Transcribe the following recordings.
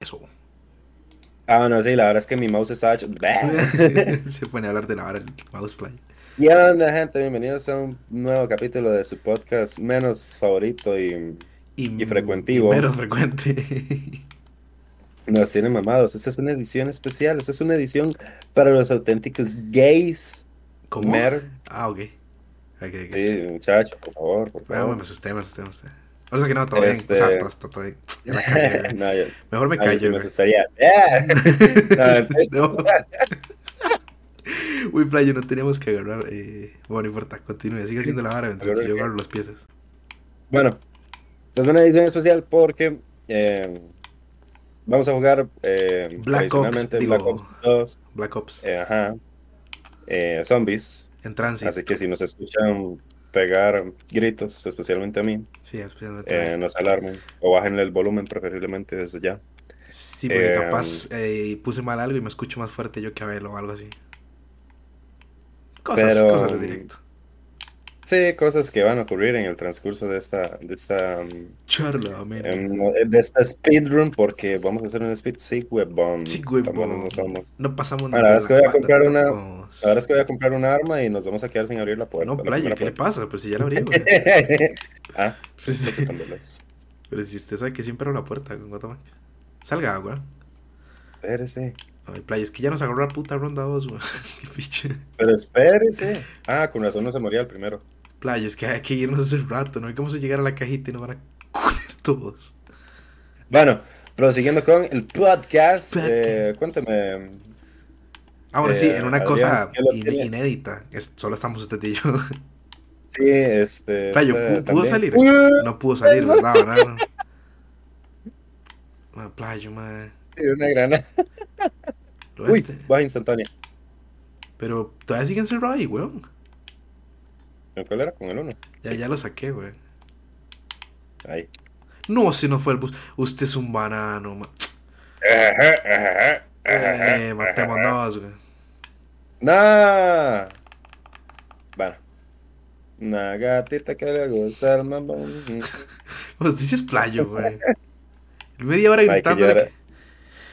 Ah, no, sí, la verdad es que mi mouse estaba hecho. Se pone a hablar de la hora el mousefly. ¿Y onda, gente? Bienvenidos a un nuevo capítulo de su podcast menos favorito y Y frecuentivo. Pero frecuente. nos tienen mamados. Esta es una edición especial. Esta es una edición para los auténticos gays. ¿Cómo? Mer. Ah, ok. Ok, ok. Sí, muchachos, por favor, por Ah, bueno, favor. me asusté, me asusté, me asusté. O sea que no, todo bien. Este- O sea, todo, está todo bien. Ya la cagué, güey. no, yo, Mejor me no, yo sí callo. me güey. asustaría. ¡Ah! No. Uy, playo, no teníamos que agarrar. eh, Bueno, no importa, continúe, sigue haciendo la vara mientras que yo agarro las piezas. Bueno, esta es una edición especial porque eh, vamos a jugar eh, Black Ops, tradicionalmente digo. Black Ops 2, Black Ops eh, ajá, Ah, eh, zombies. en tránsito. Así que si nos escuchan pegar gritos, especialmente a mí, Sí, especialmente. eh, nos alarmen o bájenle el volumen preferiblemente desde ya. Sí, porque Eh, capaz eh, puse mal algo y me escucho más fuerte yo que Abel o algo así. Cosas, Pero- um, cosas de directo. Sí, cosas que van a ocurrir en el transcurso de esta, de esta, mm, Charla, amén. em, de esta speedrun, porque vamos a hacer un speed, sí, huevón, sí, tan güey, buenos no somos. no pasamos Ah, la verdad es que voy a comprar una- Vamos. La verdad es que voy a comprar un arma y nos vamos a quedar sin abrir la pues, puerta. No, la playo, primera ¿qué le puerta. pasa? Pues si ya la abrimos. ah, Pues sí. estoy tocando los- Pero si usted sabe que siempre abro la puerta con Guatemala. Salga, güey. Espérese, Ay, playa, es que ya nos agarró la puta ronda 2, güey. Qué piche. pero espérese. Ah, con razón no se moría el primero. Playa, es que hay que irnos hace rato, ¿no? Hay cómo se llegar a la cajita y nos van a culer todos. Bueno, prosiguiendo con el podcast, Podcast. eh, cuénteme. Ahora sí, Eh, en una Adrián, cosa ¿qué lo in- tiene? inédita. es- solo estamos usted y yo. Sí, este. Playo, este, ¿pu- ¿pudo también- salir? ¡Uh! No pudo salir, ¿verdad? ¿verdad? Ma, playo, ma. Sí, Una granada. Lo Uy, vente. baja instantánea. Pero todavía siguen cerrados ahí, weón. ¿Con cuál era? Con el uno. Ya, Sí. ya lo saqué, weón. Ahí. No, se nos fue el bus. Usted es un banano, ma. Ajá, ajá, ajá, Eh, ajá. matémonos, güey. Nah. Bueno. Una gatita que le gusta al mambo. Pues dices playo, güey. Media hora Hay que gritando. llevar,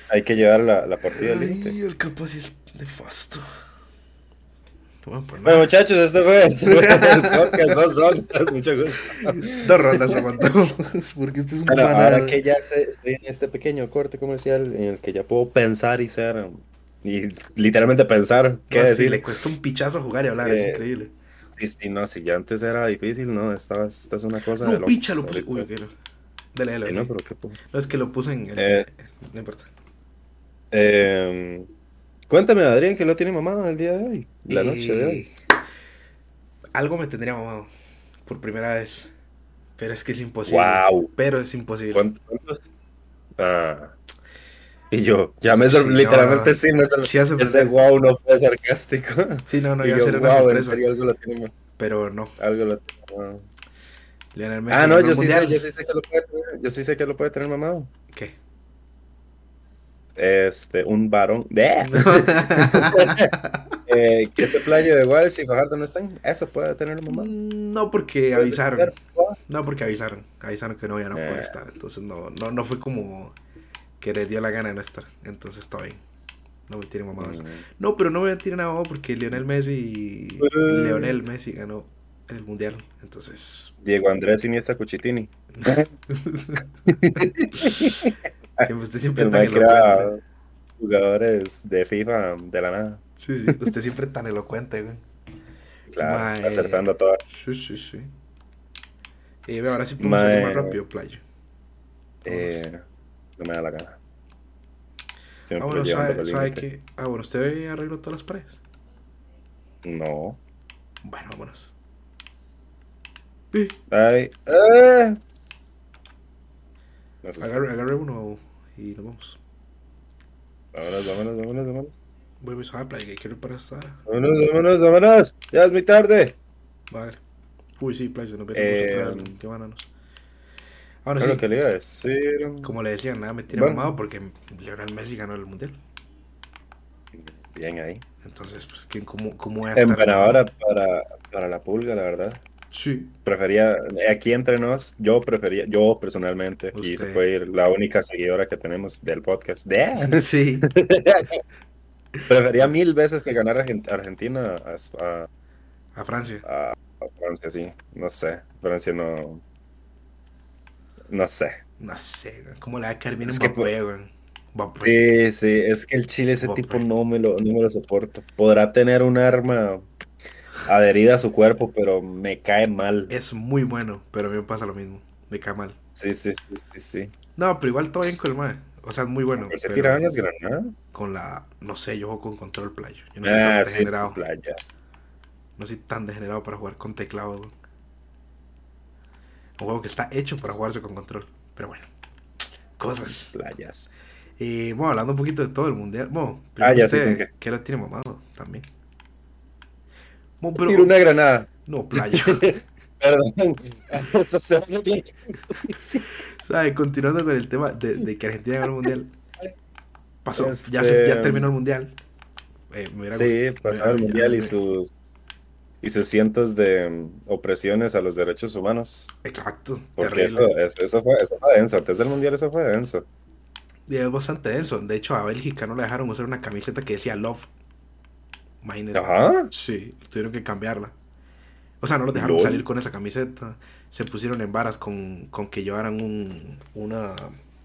hay que llevar la, la partida al límite. Ay, el capaz es nefasto. Bueno, pues Bueno, nada. muchachos, esto fue, esto fue el podcast Dos Rondas. Mucho gusto. Dos rondas aguantamos. Porque esto es un Bueno, ahora banano. que ya se- estoy en este pequeño corte comercial en el que ya puedo pensar y ser. um, Y literalmente pensar qué No, sí, decir. le cuesta un pichazo jugar y hablar, es Eh, increíble. Sí, sí, no, si ya antes era difícil, no, esta, esta es una cosa de No, locos. picha lo puse. Ahorita- Uy, quiero. Dale, dale. Sí, sí. no, pero qué po- No, es que lo puse en. el- Eh. No importa. Eh, cuéntame, Adrián, que lo tiene mamado el día de hoy, la noche de hoy. Eh, Algo me tendría mamado. Por primera vez. Pero es que es imposible. ¡Wow! Pero es imposible. ¿Cuántos? Ah. Y yo, ya me sor- Sí, no, literalmente no. sí me sor- Sí, hace Ese wow no fue sarcástico. Sí, no, no, Y iba a yo, ser una wow, en sorpresa. serio, algo lo tiene ma- Pero no. algo lo tiene mamado. Lionel Messi Ah, no, ganó el yo sí, sé, mundial. yo sí sé que lo puede tener, yo sí sé que lo puede tener mamado. ¿Qué? Este, un varón. Eh, que ese playo de Walsh y Fajardo no están, eso puede tener mamado. no, porque Puede avisaron. ser, wow. No, porque avisaron. Avisaron que no iban a poder Eh. estar. Entonces no, no, no fue como que les dio la gana de no estar. Entonces está bien. No me tienen Mm. mamadas. No, pero no me tienen nada mamado porque Lionel Messi. Eh. Lionel Messi ganó el mundial. Entonces. Diego Andrés Iniesta Cuchitini. Siempre, usted siempre Ah, El tan man que era elocuente. jugadores de FIFA de la nada. Sí, sí. Usted siempre tan elocuente, güey. Claro, Mae. acertando a todas. Sí, sí, sí. Eh, ve, ahora sí podemos salir más Mae. rápido, playo. Eh, no me da la gana. Ah, Siempre bueno, llevándolo sabe, al sabe límite. que. Ah, bueno, usted arregló todas las paredes. No. Bueno, vámonos. Pues Pi, Ay, ah. Me asusté. agarre, agarre uno y nos vamos. Vámonos, vámonos, vámonos, vámonos. Voy a suave, playa, que hay que reparar esta hora. Vámonos, vámonos, vámonos. Ya es muy tarde. Vale. Uy, sí, playa, se nos viene Eh, otra vez. Qué bananos. Ahora Era sí, lo que le iba a decir. como le decía, nada me tiene Bueno. mamado porque Lionel Messi ganó el mundial. Bien ahí. Entonces, pues, ¿quién, cómo, ¿cómo voy a estar? Empanadora para, para la pulga, la verdad. Sí. Prefería, aquí entre nos, yo prefería, yo personalmente, y Usted. se fue ir la única seguidora que tenemos del podcast. ¡Damn! Sí. Prefería mil veces que ganara Argen- Argentina a, a- A Francia. a- a Francia, sí. No sé. Francia no. No sé. No sé, güey, ¿cómo le va a caer bien Es que, pues, Mbappé, güey? Mbappé. Sí, sí, es que el Chile, ese Guapo. tipo no me lo, no me lo soporto. Podrá tener un arma adherida a su cuerpo, pero me cae mal. Es muy bueno, pero a mí me pasa lo mismo. Me cae mal. Sí, sí, sí, sí, sí. No, pero igual todo bien con el mae. O sea, es muy bueno. Pero se pero tiraban las granadas. con la. No sé, yo juego con control playo. Yo no soy Ah, tan sí, en degenerado. playa. No soy tan degenerado para jugar con teclado. güey. Un juego que está hecho para jugarse con control. Pero bueno. Cosas. Playas. Eh, bueno, hablando un poquito de todo el mundial. Bueno, Ah, ya sé usted, con qué. que lo tiene mamado también. Bueno, pero- pues, Tiro una granada. No, playo. Perdón. Eso se me tiene- Sí. ¿Sabe? Continuando con el tema de, de que Argentina ganó el mundial. Pasó, ya, se- Este, ya terminó el mundial. Eh, me hubiera Sí, gust- pasaba el me- mundial y me- sus y sus cientos de mm, opresiones a los derechos humanos. Exacto, Porque terrible. eso, eso, eso fue, eso fue denso. Antes del mundial eso fue denso. Y es bastante denso. De hecho, a Bélgica no le dejaron usar una camiseta que decía Love. Imagínense. Ajá. Sí, tuvieron que cambiarla. O sea, no los dejaron Lol. salir con esa camiseta. Se pusieron en varas con, con que llevaran un, una,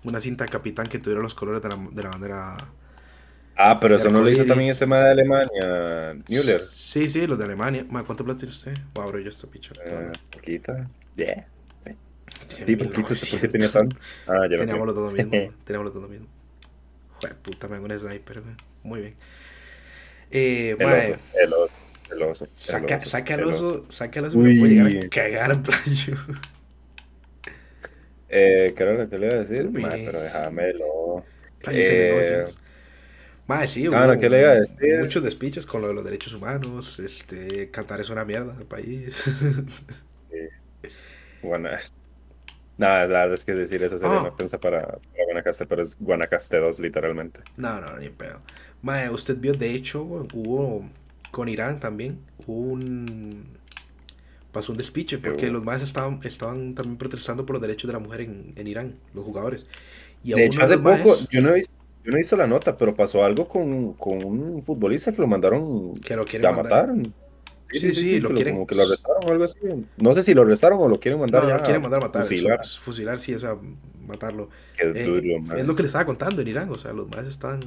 una cinta de capitán que tuviera los colores de la, de la bandera. Ah, pero eso no lo hizo también Arcoíris. ese madre de Alemania, Müller. Sí, sí, los de Alemania. Ma, ¿Cuánto plata tiene usted? Wow, bro, yo estoy picho. Eh, poquita. Yeah. Sí, Sí, poquito, ¿por qué 1900. tenía tanto? Ah, ya lo Teníamos los dos lo mismo. Sí. güey. Teníamos los dos lo mismo. Joder, puta, me hago un sniper, güey. Muy bien. Eh, El mae, oso, el oso, el oso, el saca, oso, saca al el oso, oso. saca al oso y me puede Uy. llegar a cagar, playo. Eh, ¿qué era lo que le iba a decir? Uy. Mae, pero déjamelo. Playo tiene Eh, nonsense. Mae, sí, ah, no, hubo ¿qué le iba a decir? Muchos despiches con lo de los derechos humanos. Este, Qatar es una mierda de país. Bueno, nada, la verdad es que decir eso sería Ah. una ofensa para, para Guanacaste, pero es Guanacaste 2, literalmente. No, no, ni pedo. Mae, usted vio, de hecho, güey, hubo con Irán también, hubo un... pasó un despiche ¿Qué porque hubo? los más estaban, estaban también protestando por los derechos de la mujer en, en Irán, los jugadores. Y a De uno hecho, de hace los maes poco, yo no he visto, yo no he visto la nota, pero pasó algo con, con un futbolista que lo mandaron, que lo quieren la mandar. mataron. Sí, sí, lo que quieren- Como que lo arrestaron o algo así. No sé si lo arrestaron o lo quieren No, mandar no, ya lo quieren mandar a matar, fusilar. es- es fusilar, sí, o sea, matarlo. Qué Eh, duro, man. es lo que le estaba contando en Irán, o sea, los más estaban,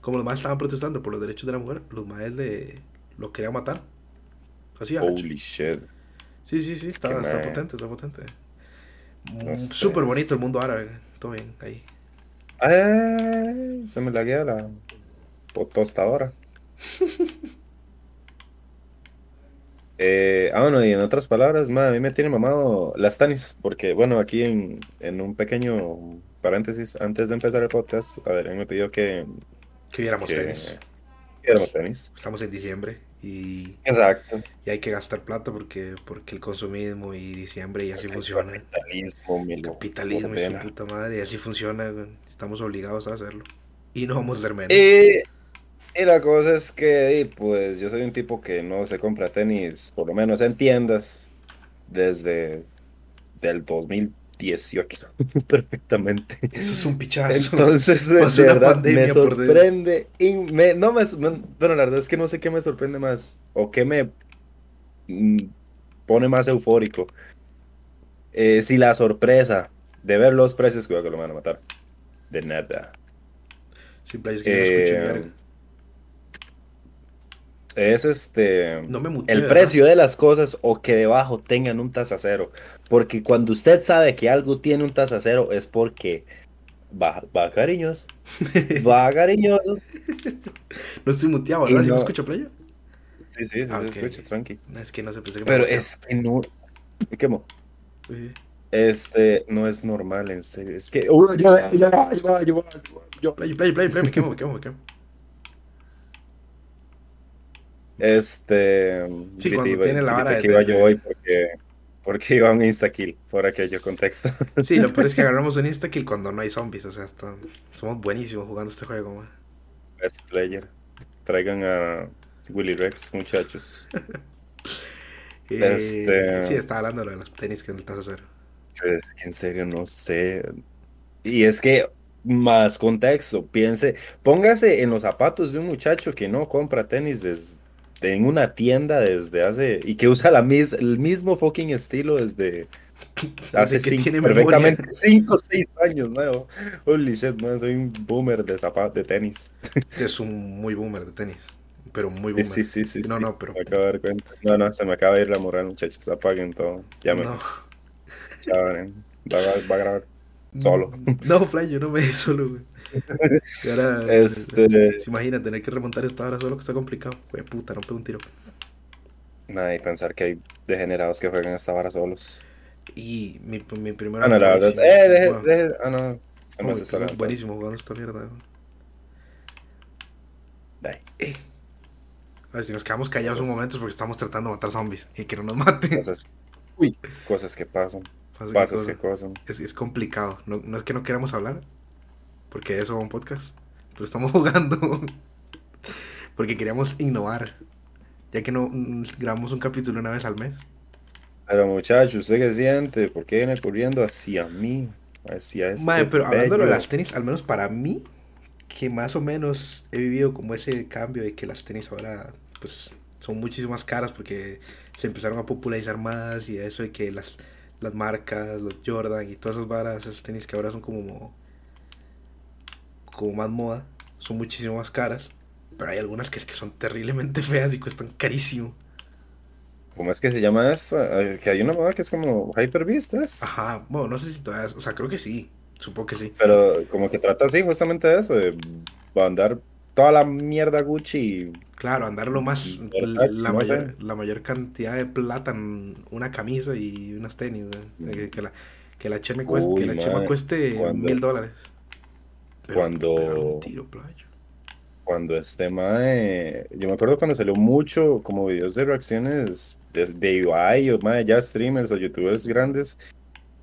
como los más estaban protestando por los derechos de la mujer, los más le lo querían matar. Así, agacho. Holy shit. Sí, sí, sí, está, que está me- potente, está potente. Mm, sé, Súper bonito es- el mundo árabe, todo bien, ahí. Ay, Eh, se me laguea la po- tostadora. Eh, ah, bueno, y en otras palabras, ma, a mí me tiene mamado las tanis, porque bueno, aquí en, en un pequeño paréntesis, antes de empezar el podcast, Adrián me pidió que, Que viéramos que tenis. viéramos tenis. Estamos en diciembre y, Exacto. y hay que gastar plata porque, porque el consumismo y diciembre y así funciona. Capitalismo, me El lo capitalismo y su ordena. puta madre, y así funciona. güey. Estamos obligados a hacerlo. Y no vamos a ser menos. Y, y la cosa es que, y, pues, yo soy un tipo que no se compra tenis, por lo menos en tiendas, desde del 2018, perfectamente. Eso es un pichazo. Entonces, de Pasó una verdad, me pandemia por dentro. sorprende. y me- no me, me- bueno, la verdad es que no sé qué me sorprende más o qué me mm, pone más eufórico. Eh, si la sorpresa de ver los precios, cuidado que lo van a matar. De nada. Simple, es que yo no escucho ni Eh, verga. es este No me muteo. el precio de las cosas o que debajo tengan un tasa cero. Porque cuando usted sabe que algo tiene un tasa cero es porque va, va cariñoso. Va cariñoso. No estoy muteado, y ¿verdad? ¿Sí no- me escucho playa? Sí, sí, sí, Ah, se ok. escucha, tranqui. No, es que no se pensé que me Pero muteaba. es que no. Me quemo. Eh, Este no es normal, en serio. Es que. Uy, ya, ya, ya, ya, ya, ya. Playa, playa, playa, playa, me quemo, me quemo, me quemo. Este. Sí, grité, cuando iba- tiene la vara grité de- que iba de- yo de- hoy porque, porque iba a un instakill, por aquello contexto. Sí, lo peor es que agarramos un instakill cuando no hay zombies, o sea, está- somos buenísimos jugando este juego, man. Best player. Traigan a Willy Rex, muchachos. Eh, Este- Sí, estaba hablando de lo de los tenis que es el tazo cero. Pues, que en serio, no sé. Y es que, más contexto, piense, póngase en los zapatos de un muchacho que no compra tenis desde, en una tienda desde hace, y que usa la mis, el mismo fucking estilo desde hace que cinco- tiene memoria. perfectamente 5 o 6 años, nuevo. Holy shit, man, soy un boomer de zapatos, de tenis. Este Es un muy boomer de tenis. Pero muy Sí, boomer. sí, sí, sí, no, sí, no, pero. Me acabo de dar cuenta. No, no, se me acaba de ir la moral, muchachos. Apaguen todo. Ya me No. echaron. Va, a- va a grabar solo. No, Fly, yo no me dejé solo, güey. Y ahora, Este. se imagina tener que remontar esta hora solo que está complicado. Güey, puta, no pego un tiro. Nada, y pensar que hay degenerados que juegan esta vara solos. Y mi, mi primera. Ah, no, la verdad. aparición, Eh, deje, wow. deje. Ah, no. Como Además mi está la- primer- buenísimo jugando esta mierda, güey. Dai. Eh. A ver, si nos quedamos callados un Entonces- momento es porque estamos tratando de matar zombies y que no nos maten. Cosas. Uy. Cosas que pasan. Así que Pasos cosa. que pasan. Es, es complicado. No, no es que no queramos hablar, porque de eso va un podcast. Pero estamos jugando. Porque queríamos innovar. Ya que no mm, grabamos un capítulo una vez al mes. Pero muchachos, ¿usted qué siente? ¿Por qué viene corriendo hacia mí? Hacia este Mae, pero hablando de bello- las tenis, al menos para mí, que más o menos he vivido como ese cambio de que las tenis ahora pues son muchísimo más caras porque se empezaron a popularizar más y eso de que las, las marcas, los Jordan y todas esas varas, esos tenis que ahora son como, como más moda, son muchísimo más caras. Pero hay algunas que es que son terriblemente feas y cuestan carísimo. ¿Cómo es que se llama esta? Eh, Que hay una moda que es como Hyperbeast, ¿es? Ajá, bueno, no sé si todavía, o sea, creo que sí, supongo que sí. Pero como que trata así justamente de eso, de mandar toda la mierda Gucci. Claro, andar lo más, Y la, Versace, no mayor, la mayor cantidad de plata en una camisa y unas tenis, güey. O sea, Que, que la, que la chema cueste, que Mm. Uy, la chema mae, cueste cuando- mil dólares. Pero Cuando- pegar un tiro, playo. Cuando este mae, yo me acuerdo cuando salió mucho como videos de reacciones de, de UI o mae, ya streamers o youtubers grandes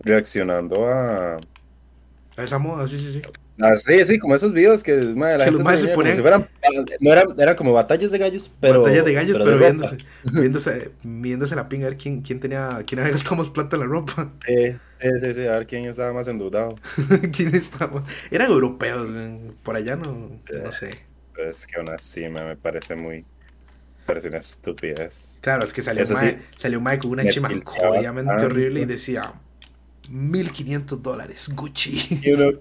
reaccionando a... A esa moda, sí, sí, sí. Ah, sí, sí, como esos videos que mae, la Que los gente se maes se reunía como ponían- si fueran, no eran, eran como batallas de gallos, pero... Batalla de gallos, pero, de ropa. viéndose, viéndose, viéndose la pinga a ver quién, quién tenía, quién había gastado más plata en la ropa. Eh, sí, sí, sí, a ver quién estaba más endeudado. quién estaba. Eran europeos, güey. por allá no, Eh, no sé. Pero Es que aún así mae, me parece muy... Parece una estupidez. Claro, es que salió, Eso mae, sí, salió mae con una me chima tilteaba jodidamente horrible y tanto. decía 1500 dólares, Gucci. Y uno, ¿eh?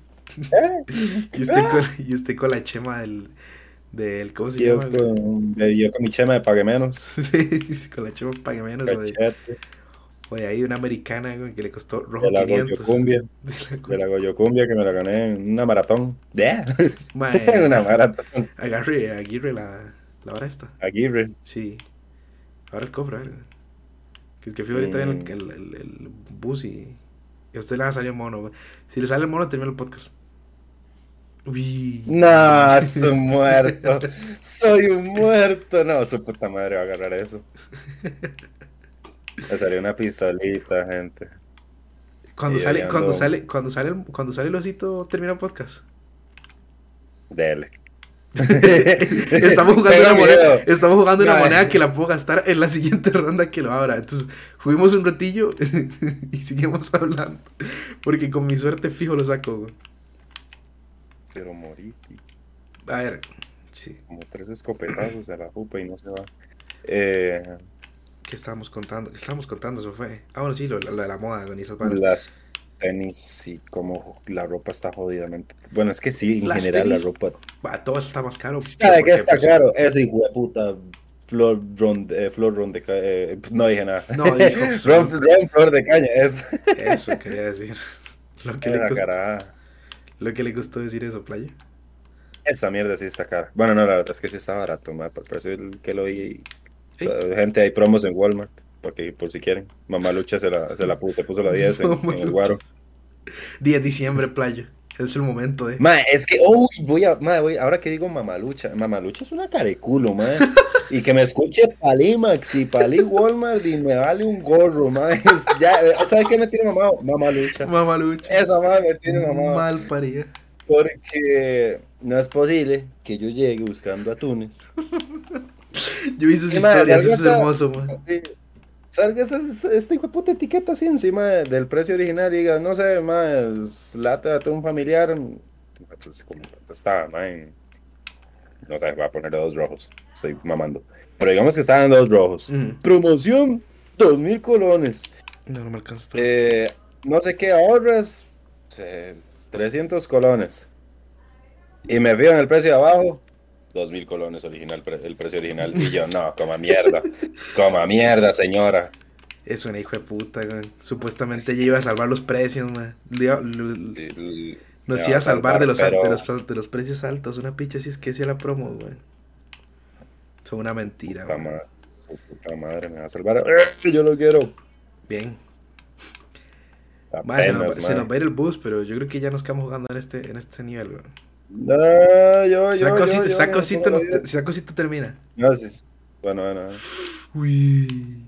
Y usted, con, y usted con la chema del, del ¿cómo se Yo llama? con, eh, yo con mi chema de pague menos. Sí, con la chema pague menos o de, Cachete, o de ahí una americana güey, que le costó rojo de la 500. Goyocumbia, De la de Goyo- la Goyocumbia que me la gané en una maratón. Yeah. Mae, En una maratón. agarre, aguirre la, la hora esta. Aguirre. Sí. Ahora el cofre, a ver. Que es que fui ahorita en el, el, el- el bus y, y a usted le va a salir mono, güey. Si le sale mono, termina el podcast. Uy. No, es un muerto. Soy un muerto. No, su puta madre va a agarrar eso. Le salió una pistolita, gente. Cuando Sí, sale, ahí cuando ando. sale, cuando sale, el- cuando sale el osito, termina el podcast. Dele. Estamos jugando Pega una moneda, video. estamos jugando una No, moneda eh. que la puedo gastar en la siguiente ronda que lo abra. Entonces, juguemos un ratillo y seguimos hablando. Porque con mi suerte fijo lo saco, güey. Pero morí, tío. A ver, sí. como tres escopetazos a la jupa y no se va. Eh, ¿Qué estábamos contando? ¿Qué estábamos contando? Eso fue. Ah, bueno, sí, lo, lo de la moda con esas varas. Las tenis y cómo la ropa está jodidamente. Bueno, es que sí, en Las general tenis- la ropa. Va, todo está más caro. ¿Sabe qué porque, Ah, está pues, claro? Ese hijo de puta Flor Ron, eh, Flor Ron de Caña. no dije nada. No, dijo. pues, Ron, Ron Flor de Caña. Es Eso quería decir. Lo que, le esa costó, cara. lo que le costó decir eso, playa. Esa mierda sí está cara. Bueno, no, la verdad es que sí está barato, ma, por por eso el que lo vi. Ey. Gente, hay promos en Walmart. Porque por si quieren. Mamá Lucha se la, se la puso, se puso la 10 en- Mamá en el Lucha. guaro. 10 de diciembre, playa. Es el momento de. Ma, es que, uy, voy a, ma, voy- ahora que digo mamalucha, mamalucha es una careculo, ma. Y que me escuche Palimax y Pali Walmart y me vale un gorro, ma. Es- ya, eh, ¿sabes qué me tiene mamado? Mamalucha. Mamalucha. Esa madre me tiene mamado. Mal parida. Porque no es posible que yo llegue buscando atunes. Yo vi sus Sí, madre, historias, algo eso es está- hermoso, man. Sí. este, salga esa- esta, esta hijueputa etiqueta así encima de- del precio original y diga, no sé, más lata de atún familiar. Pues, como cuánto estaba, mae? No sé, voy a poner dos rojos. Estoy mamando. Pero digamos que estaban dos rojos. Mm, Promoción, dos mil colones. no, no me alcanza. Eh, no sé qué ahorras, eh, 300 colones. Y me fijo en el precio de abajo, 2000 colones original, pre- el precio original. Y yo, no, coma mierda, coma mierda, señora. Es una hijo de puta, güey. Supuestamente ella iba a salvar los precios, man. Le iba- lo- lo- Y- y- Nos me iba va a salvar de los, al- pero- de los, de los precios altos. Una picha si es que hacía la promo, güey. Son una mentira, Puta güey. ma- su puta madre, me va a salvar. ¡Eh! Yo lo quiero. Bien. Ma, se, nos, Apenas, va- ma. se nos va a ir el bus, pero yo creo que ya nos quedamos jugando en este, en este nivel, güey. No, yo, yo, Esa yo, cosita, yo esa no cosita nos- puedo. esa cosita termina. No, sí, Bueno, bueno. Uy.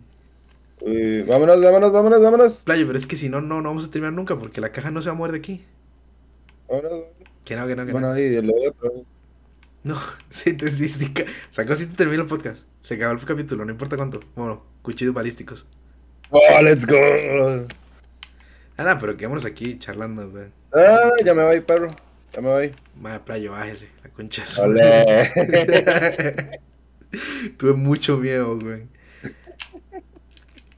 Uy, vámonos, vámonos, vámonos, vámonos. Playo, pero es que si no, no, no vamos a terminar nunca porque la caja no se va a mover de aquí. vámonos. Que no, que no, que Bueno, ahí lo otro. no. No, sí, te- sí, sí, ca- esa cosita termina el podcast. Se acabó el capítulo, no importa cuánto. Bueno, cuchillos balísticos. Oh, let's go. Ah, nada, pero quedémonos aquí charlando, güey. Ah, ya me voy, perro. Ya me voy. Madre playo, bájese, la concha de su madre. Ole. Tuve mucho miedo, güey.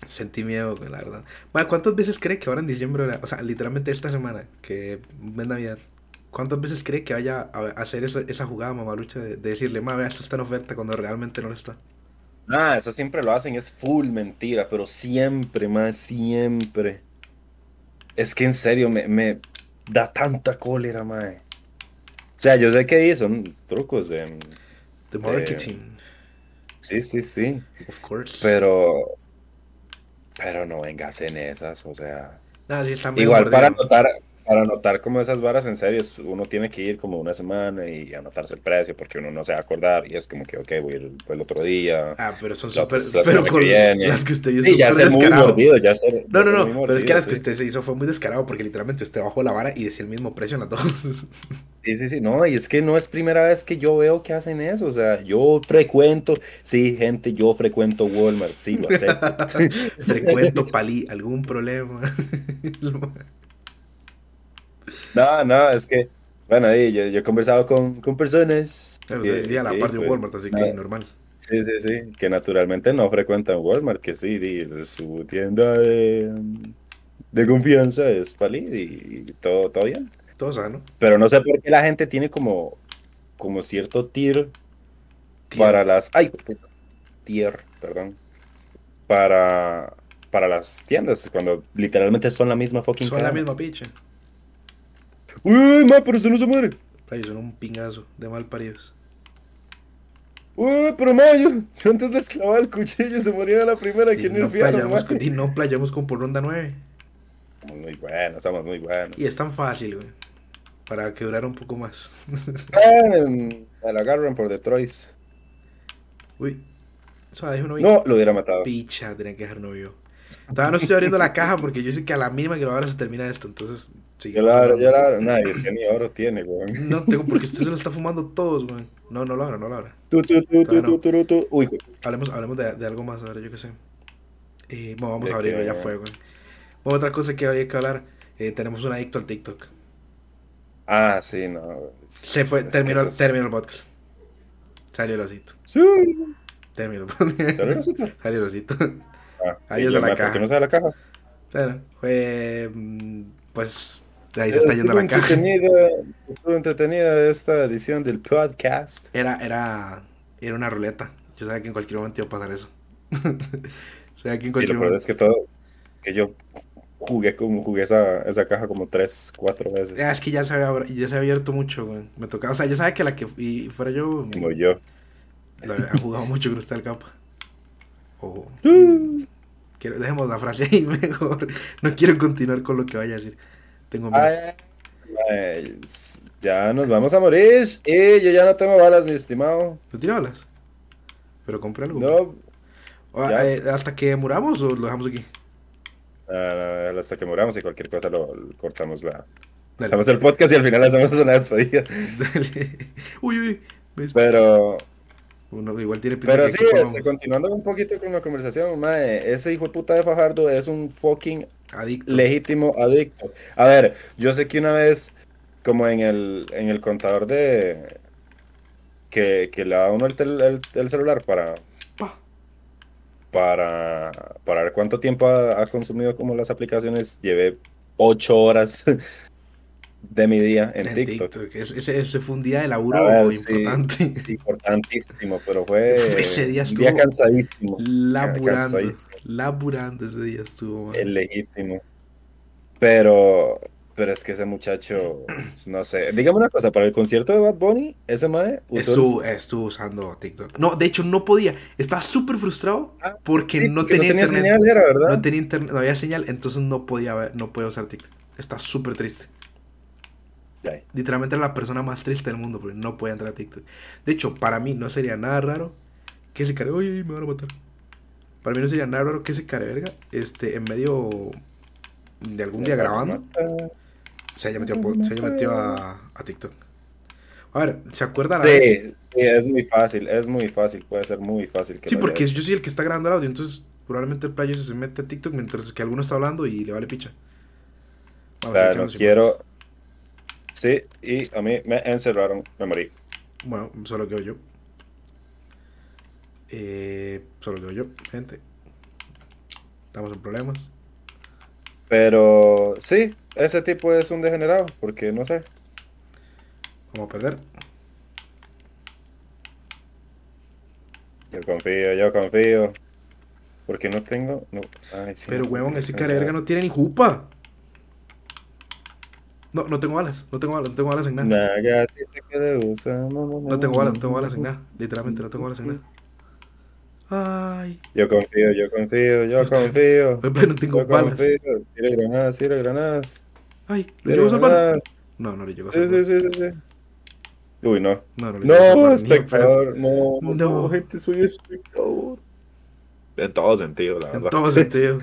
Sentí miedo, güey, la verdad. Madre, ¿cuántas veces cree que ahora en diciembre, ahora- o sea, literalmente esta semana, que es Navidad, ¿cuántas veces cree que vaya a a hacer esa, esa jugada mamalucha de, de decirle, ma, vea, esto está en oferta cuando realmente no lo está? Ah, eso siempre lo hacen, es full mentira, pero siempre, más siempre. Es que en serio me, me da tanta cólera, mae. O sea, yo sé que ahí son trucos de. mm, The marketing, Sí, sí, sí. of course. Eh, Pero. Pero no vengas en esas, o sea. Nada, sí está medio Igual para mordido. anotar, para anotar como esas varas en serio, es- uno tiene que ir como una semana y anotarse el precio porque uno no se va a acordar y es como que, ok, voy el, voy el otro día. Ah, pero son La- súper. la semana Pero que con viene. las que usted hizo. Sí, ya súper ser muy descarado. mordido, ya ser, No, no, ya ser no, pero es muy que mordido, las que sí. usted se hizo fue muy descarado porque literalmente usted bajó la vara y decía el mismo precio en las dos. Sí, sí, sí, no, y es que no es primera vez que yo veo que hacen eso, o sea, yo frecuento, sí, gente, yo frecuento Walmart, sí, lo acepto. Frecuento palí, algún problema. No, no, es que, bueno, ahí yo, yo he conversado con, con personas Pero que- el día la que, parte de pues, Walmart, así que nada. normal. Sí, sí, sí, que naturalmente no frecuentan Walmart, que sí, di- su tienda de, de confianza es Palid y, y todo, todo bien. Todo sano. Pero no sé por qué la gente tiene como, como cierto tir Tier. para las... Ay, puta, tier, perdón. Para, para las tiendas, cuando literalmente son la misma fucking Son la cadena. misma picha. Uy, ma, pero usted no se muere. Playo, son un pingazo de mal paridos. Uy, pero ma, yo, yo antes les clavaba el cuchillo y se moría a la primera. Y ¿Quién no, nerfearon, playamos ma? con, y no playamos con por ronda 9. Somos muy buenos, somos muy buenos. Y es tan fácil, güey. Para que durara un poco más. Em, Me la agarran por Detroit. Uy. O sea, dejó uno bien. No, lo hubiera matado. Picha, tenía que dejarlo vivo. Todavía no estoy abriendo la caja porque yo sé que a la misma que lo abra se termina esto. Entonces, sigue. Yo la abro, yo la abro. Nadie, es que ni oro tiene, weón. No tengo porque usted se lo está fumando todos, güey. No, no lo abra, no lo abra. Tu, tu, tu, tu, Claro. tu, tu, tu. Uy, Hablemos, hablemos de, de algo más ahora, yo qué sé. Eh, bueno, vamos ¿De a abrirlo, qué? ya fue, güey. Bueno, otra cosa que habría que hablar. eh, tenemos un adicto al TikTok. Ah, sí, no. Se fue, Es que terminó, eso es- terminó el podcast. Salió el osito. Sí. Terminó el podcast. ¿Salió el osito? Salió el osito. Ah, Adiós y yo, a la ma, ¿por caja. qué no sale la caja? Bueno, fue, mm, pues ahí se está yendo Estuvo la caja. entretenida, estuvo entretenida esta edición del podcast. Era, era, era una ruleta. Yo sabía que en cualquier momento iba a pasar eso. sabía que en Y cualquier lo peor momento. es que todo, que yo jugué como jugué esa, esa caja como tres, cuatro veces. Ah, es que ya se había, abr- ya se había abierto mucho, güey. Me tocaba, o sea, yo sabía que la que y fuera yo, Como yo. la, ha jugado mucho con usted el capa. O Mm. quiero, dejemos la frase ahí mejor. No quiero continuar con lo que vaya a decir. Tengo miedo. Ay, ay, ya nos vamos a morir. Y yo ya no tengo balas, mi estimado. ¿No tiene balas? Pero compré algo. güey. No, O, ya. eh, ¿Hasta que muramos o lo dejamos aquí? Ah, hasta que moramos y cualquier cosa lo, lo cortamos la. Dale. Hacemos el podcast y al final hacemos una despedida. Dale. Uy, uy. me- Pero, Uno igual tiene pinta Pero de sí, que este, continuando un poquito con la conversación, mae, ese hijo de puta de Fajardo es un fucking adicto. legítimo adicto. A ver, yo sé que una vez, como en el, en el contador de... Que, que le da a uno el, tel- el- el celular para, Pa. para, para ver cuánto tiempo ha, ha consumido como las aplicaciones, llevé ocho horas de mi día en En TikTok. TikTok. Es- Ese, ese fue un día de laburo A ver, sí. importante. Importantísimo, pero fue Ese día un día estuvo cansadísimo. Laburando. Cansadísimo. Laburando ese día estuvo, man. Es legítimo. Pero, pero es que ese muchacho, pues, no sé. Dígame una cosa, para el concierto de Bad Bunny, ese mae usó el- Estuvo, estuvo usando TikTok. No, de hecho no podía. Estaba súper frustrado Ah, porque Sí, no que tenía internet. señal, era, ¿verdad? No tenía internet, no había señal, entonces no podía ver- no podía usar TikTok. Está súper triste. Ya, Literalmente era la persona más triste del mundo porque no podía entrar a TikTok. De hecho, para mí no sería nada raro que ese cara, oye, me van a matar. Para mí no sería nada raro que ese cara de verga, este, en medio de algún día grabando, Ah, se haya metido, a po- se haya metido a, a TikTok. A ver, ¿se acuerda la vez? Sí, sí, es muy fácil, es muy fácil, puede ser muy fácil. que Sí, lo porque haya yo soy el que está grabando el audio, entonces probablemente el playo se mete a TikTok mientras que alguno está hablando y le vale picha. hecho. Vamos, O sea, sí, pues. no quedamos sin quiero. Sí, y a mí me encerraron, me morí. manos. Bueno, solo quedo yo. Eh, solo quedo yo, gente. Estamos en problemas. Pero sí, ese tipo es un degenerado, porque no sé. Vamos a perder. Yo confío, yo confío. Porque no tengo. No. Ay, sí, Pero, no huevón, tengo ese cara de verga no tiene ni jupa. No, no tengo balas, no tengo balas, no tengo balas en nada. Una gatita que le gusta, no, no, No no, tengo no, balas, no tengo no, balas en no. nada. Literalmente no tengo balas en nada. Ay, Yo confío, yo confío, yo No tengo- confío. Pepe, no tengo Yo balas. confío. Tira granadas, tira granadas. Ay, ¿lo Tira llevo a salvar? granadas. No, no le llegó a Sí, salvar. sí, sí, sí, sí. Uy, no. No, no le llegó a salvar, ni No, en espectador, no, No. no, gente, soy espectador. En todo sentido, la pedo. En verdad. todo sentido.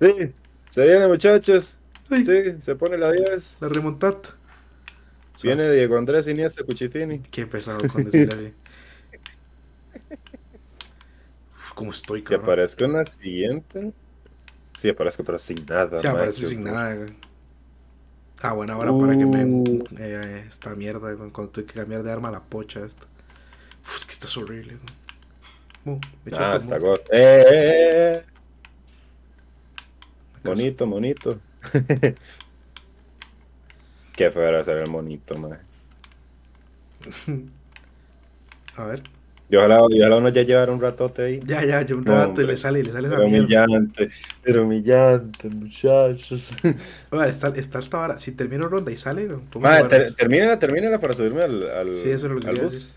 Sí, se viene, muchachos. Ay, Sí, se pone la 10. la remontad. Viene Diego Andrés Iniesta Cuchitini. Qué pesado con decir así. Uf, ¿Cómo estoy, Si cabrón? aparezco en la siguiente. Sí, aparezco, pero sin nada. Se man, aparece yo- sin nada, güey. Ah, bueno, ahora para que me... Uh. eh, esta mierda, güey, Cuando tuve que cambiar de arma la pocha esta. Uf, es que estás horrible, güey. Mu, me echo a Ah, todo está mundo. got. Eh, eh, eh. ¿Acaso? Monito, monito. Qué feo era ser el monito, man. A ver. Yo ojalá, yo ojalá uno ya llevara un ratote ahí. Ya, ya, yo un No, rato y le hombre. sale, y le sale esa Pero mierda. humillante, pero humillante, muchachos. Oiga, está, está hasta ahora. Si termino ronda y sale, güey, podemos Madre, jugar. ter- termínala, termínala para subirme al, al, Sí, eso es lo que al quería bus.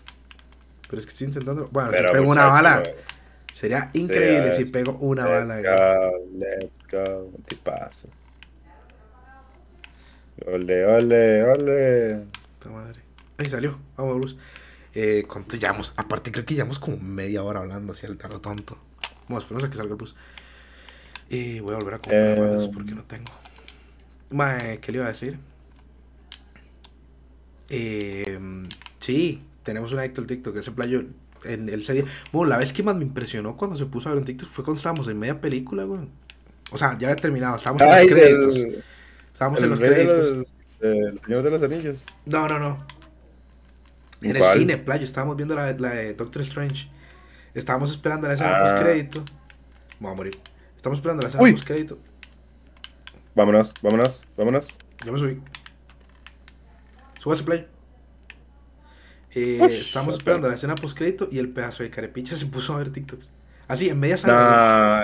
Pero es que estoy intentando. Bueno, Pero, si pego una muchacho, bala, no. sería increíble Sí, si pego una Let's bala. güey. go, let's go, te pasa. Ole, ole, ole. Puta madre. Ahí salió. Vamos, Bruce. Eh, ¿Cuánto llevamos? Aparte, creo que llevamos como media hora hablando así al a lo tonto. Vamos, esperemos a que salga el bus. Y voy a volver a comprar Eh, balas porque no tengo. Mae, ¿qué le iba a decir? Eh, sí, tenemos un adicto al TikTok. Ese playo en el serie. Bueno, la vez que más me impresionó cuando se puso a ver un TikTok fue cuando estábamos en media película, güey. O sea, ya había terminado. Estábamos en Ay, los créditos. del- Estábamos en el los rey de créditos. los- del Señor de los Anillos. No, no, no. En ¿Cuál? el cine, playo, estábamos viendo la, la de Doctor Strange. Estábamos esperando la escena Ah. post crédito. Vamos a morir. Estamos esperando la escena Uy. post crédito. Vámonos, vámonos, vámonos. Yo me subí. Súbase, playo. Eh, Ush. estamos esperando la escena post crédito y el pedazo de carepicha se puso a ver TikToks. Así, en media sala.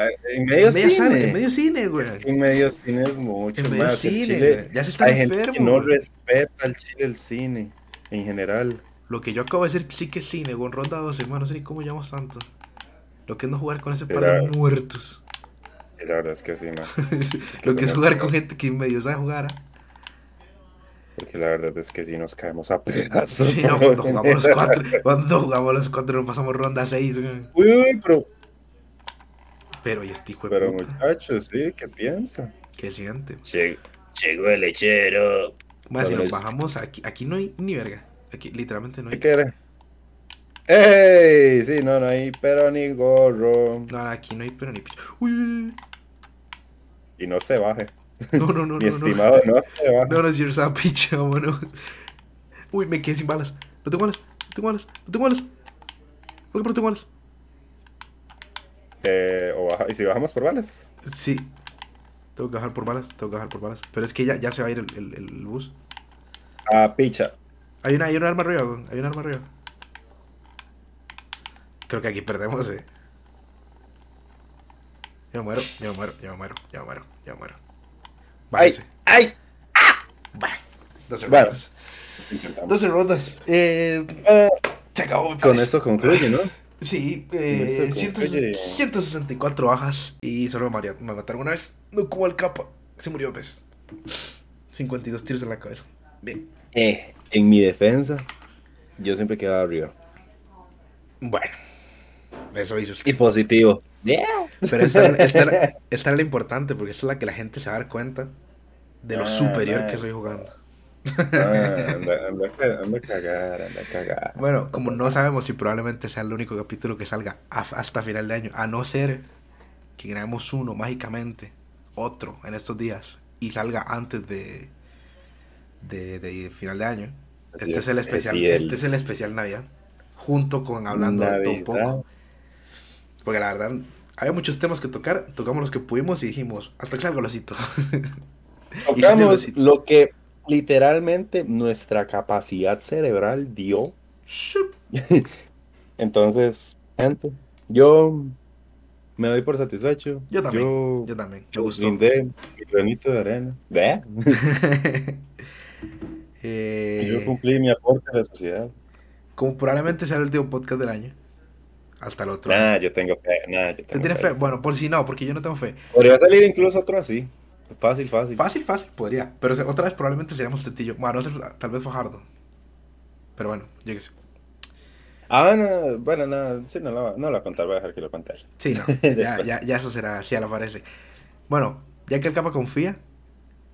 Nah, en güey. Ah, medio en media sala, en cine. medio cine, güey. Es que En medio cine es mucho En medio más. El cine, Chile- güey. Ya se están hay gente que no enfermos. güey. respeta el Chile el cine en general. Lo que yo acabo de decir sí que es cine, güey. en Ronda 12, hermano, no sé ni cómo llamamos tanto. Lo que es no jugar con ese par de Claro. muertos. Y la verdad es que sí, man. Lo que es jugar con gente que medio sabe jugar. ¿ah? Porque la verdad es que sí nos caemos a pedazos. Sí, no, pues, por lo cuando jugamos los general. cuatro, cuando jugamos los cuatro nos pasamos ronda seis. güey. Uy, uy, pero, Pero y este hijo de pero puta, muchachos, sí, ¿qué piensa? qué siguiente. Llegó, el lechero. Más si Cuando nos es- bajamos aquí, aquí no hay ni verga. Aquí literalmente no ¿Qué hay. quiere? ¡Ey! Sí, no, no hay pero ni gorro. No, aquí no hay pero ni pito. Uy, uy, uy. Y no se baje. No, no, no, Mi no, estimado, no se no. baje. No, no es cierto, esa picha, mano. Uy, me quedé sin balas. No tengo balas, no tengo balas, no tengo balas. ¿Por qué no tengo balas? Eh, o baja- ¿Y si bajamos por balas? Sí. Tengo que bajar por balas, tengo que bajar por balas. Pero es que ya, ya se va a ir el, el- el bus. Ah, picha. Hay una, hay un arma arriba, weón, hay un arma arriba. Creo que aquí perdemos, eh. Yo muero, yo muero, yo muero, yo muero, yo muero. ¡Ay! Bájense. ¡Ay! Bueno, 12 Bueno. rondas. Intentamos. 12 rondas. Eh, Ah, se acabó, me con parece. esto concluye, ¿no? Sí, Con esto eh, como- 100 oye. 164 bajas y solo me, maria- me mataron una vez. No como al capa. Se murió dos veces. 52 tiros en la cabeza. Bien. Eh, en mi defensa, yo siempre quedaba arriba. Bueno. Eso hizo usted. Y positivo. Pero esta, esta era- esta era la importante porque esta es la que la gente se va a dar cuenta de lo Ah, superior que nice. soy jugando. Ah, anda, anda a ca- anda a cagar, anda a cagar. Bueno, como no sabemos si probablemente sea el único capítulo que salga af- hasta final de año, a no ser que grabemos uno mágicamente, otro en estos días, y salga antes de, de, de final de año. Así Este es, es, el especial, así es. este es el especial Navidad, junto con hablando de todo un poco, porque la verdad había muchos temas que tocar, tocamos los que pudimos y dijimos, hasta que salga losito. Tocamos lo que literalmente nuestra capacidad cerebral dio. Entonces, gente, yo me doy por satisfecho. Yo también, Yo, Yo también, me gustó. brindé mi granito de arena. Vea, Eh, Yo cumplí mi aporte a la sociedad. Como probablemente sea el último podcast del año. Hasta el otro. año. Nah, yo tengo fe. Nah, yo ¿Te tengo tiene fe. fe? Bueno, por si no, porque yo no tengo fe. Podría salir incluso otro así. Fácil, fácil. Fácil, fácil, podría. Pero se- otra vez probablemente seríamos Tetillo. Bueno, a no ser- tal vez Fajardo. Pero bueno, yo qué sé. Ah, no, bueno, no, sí, no la, va- no la voy a contar, voy a dejar que lo contar. Sí, no. ya, Después. ya, ya eso será, así a la parece. Bueno, ya que el capa confía,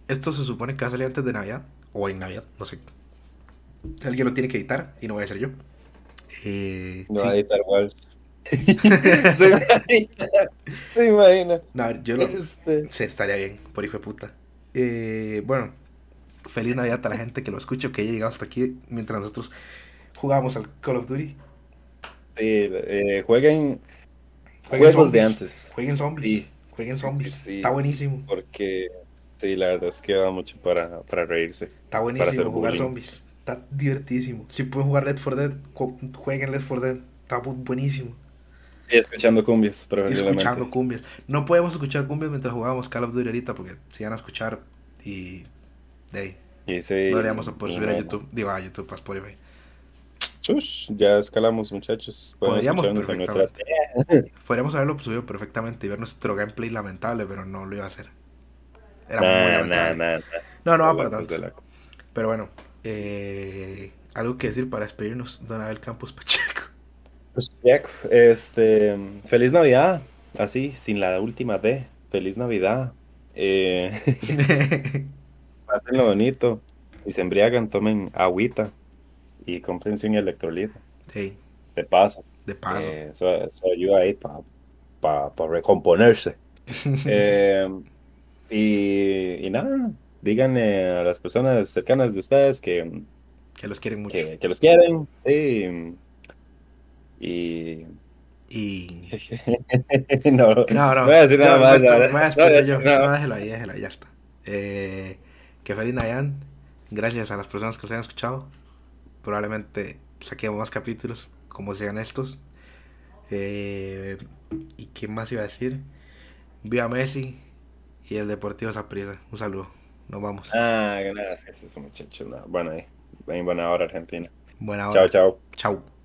esto se supone que va a salir antes de Navidad. O en Navidad, no sé. Alguien lo tiene que editar y no voy a ser yo. Eh, No sí. va a editar Walsh. se imagina. Se imagina. No, yo lo, Este, Se estaría bien, por hijo de puta. Eh, bueno, feliz Navidad a la gente que lo escuche, que haya llegado hasta aquí mientras nosotros jugamos al Call of Duty. sí, eh, jueguen Jueguen juegos de zombies, antes. Jueguen zombies. Sí. Jueguen zombies. Sí, sí. Está buenísimo. Porque sí, la verdad es que va mucho para, para reírse. Está hacer buenísimo jugar bullying. zombies. Está divertísimo. Si pueden jugar Left 4 Dead, ju- jueguen Left 4 Dead. Está bu- buenísimo. Y escuchando cumbias, Y preferiblemente. escuchando cumbias. No podemos escuchar cumbias mientras jugamos Call of Duty ahorita porque se van a escuchar y de ahí. Y sí, No deberíamos poder y subir a bueno. YouTube. Digo, a YouTube, a Spotify. Chush, ya escalamos, muchachos. Podemos Podríamos escucharnos en nuestra perfectamente. Podríamos haberlo subido perfectamente y ver nuestro gameplay lamentable, pero no lo iba a hacer. Era muy Nah, nah, lamentable. nah, nah. No, no va De para la- tanto. de la- Pero bueno, eh, algo que decir para despedirnos, Don Abel Campos Pacheco. Pues, Jack, este, feliz Navidad, así, sin la última D, feliz Navidad. Eh, pásenlo bonito, si se embriagan, tomen agüita y cómprense un electrolito, Sí, de paso. de paso. Eh, eso, eso ayuda ahí para recomponerse. Eh, y, y nada, díganle a las personas cercanas de ustedes que, que los quieren mucho. que, que los quieren, sí, y... Y. No, no, No, no. voy a decir nada no, más. no, ahora. no, voy a No despedir voy yo. a decir nada No, más. déjelo ahí, déjelo ahí, ya está. Eh, que feliz Navidad. Gracias a las personas que nos hayan escuchado. Probablemente saquemos más capítulos, como sean estos. Eh, ¿Y qué más iba a decir? Viva Messi y el Deportivo Saprissa. Un saludo. Nos vamos. Ah, gracias, eso muchachos. No, Bueno, ahí, ahí, buena hora, Argentina. Buena Chao, hora. chao. Chau.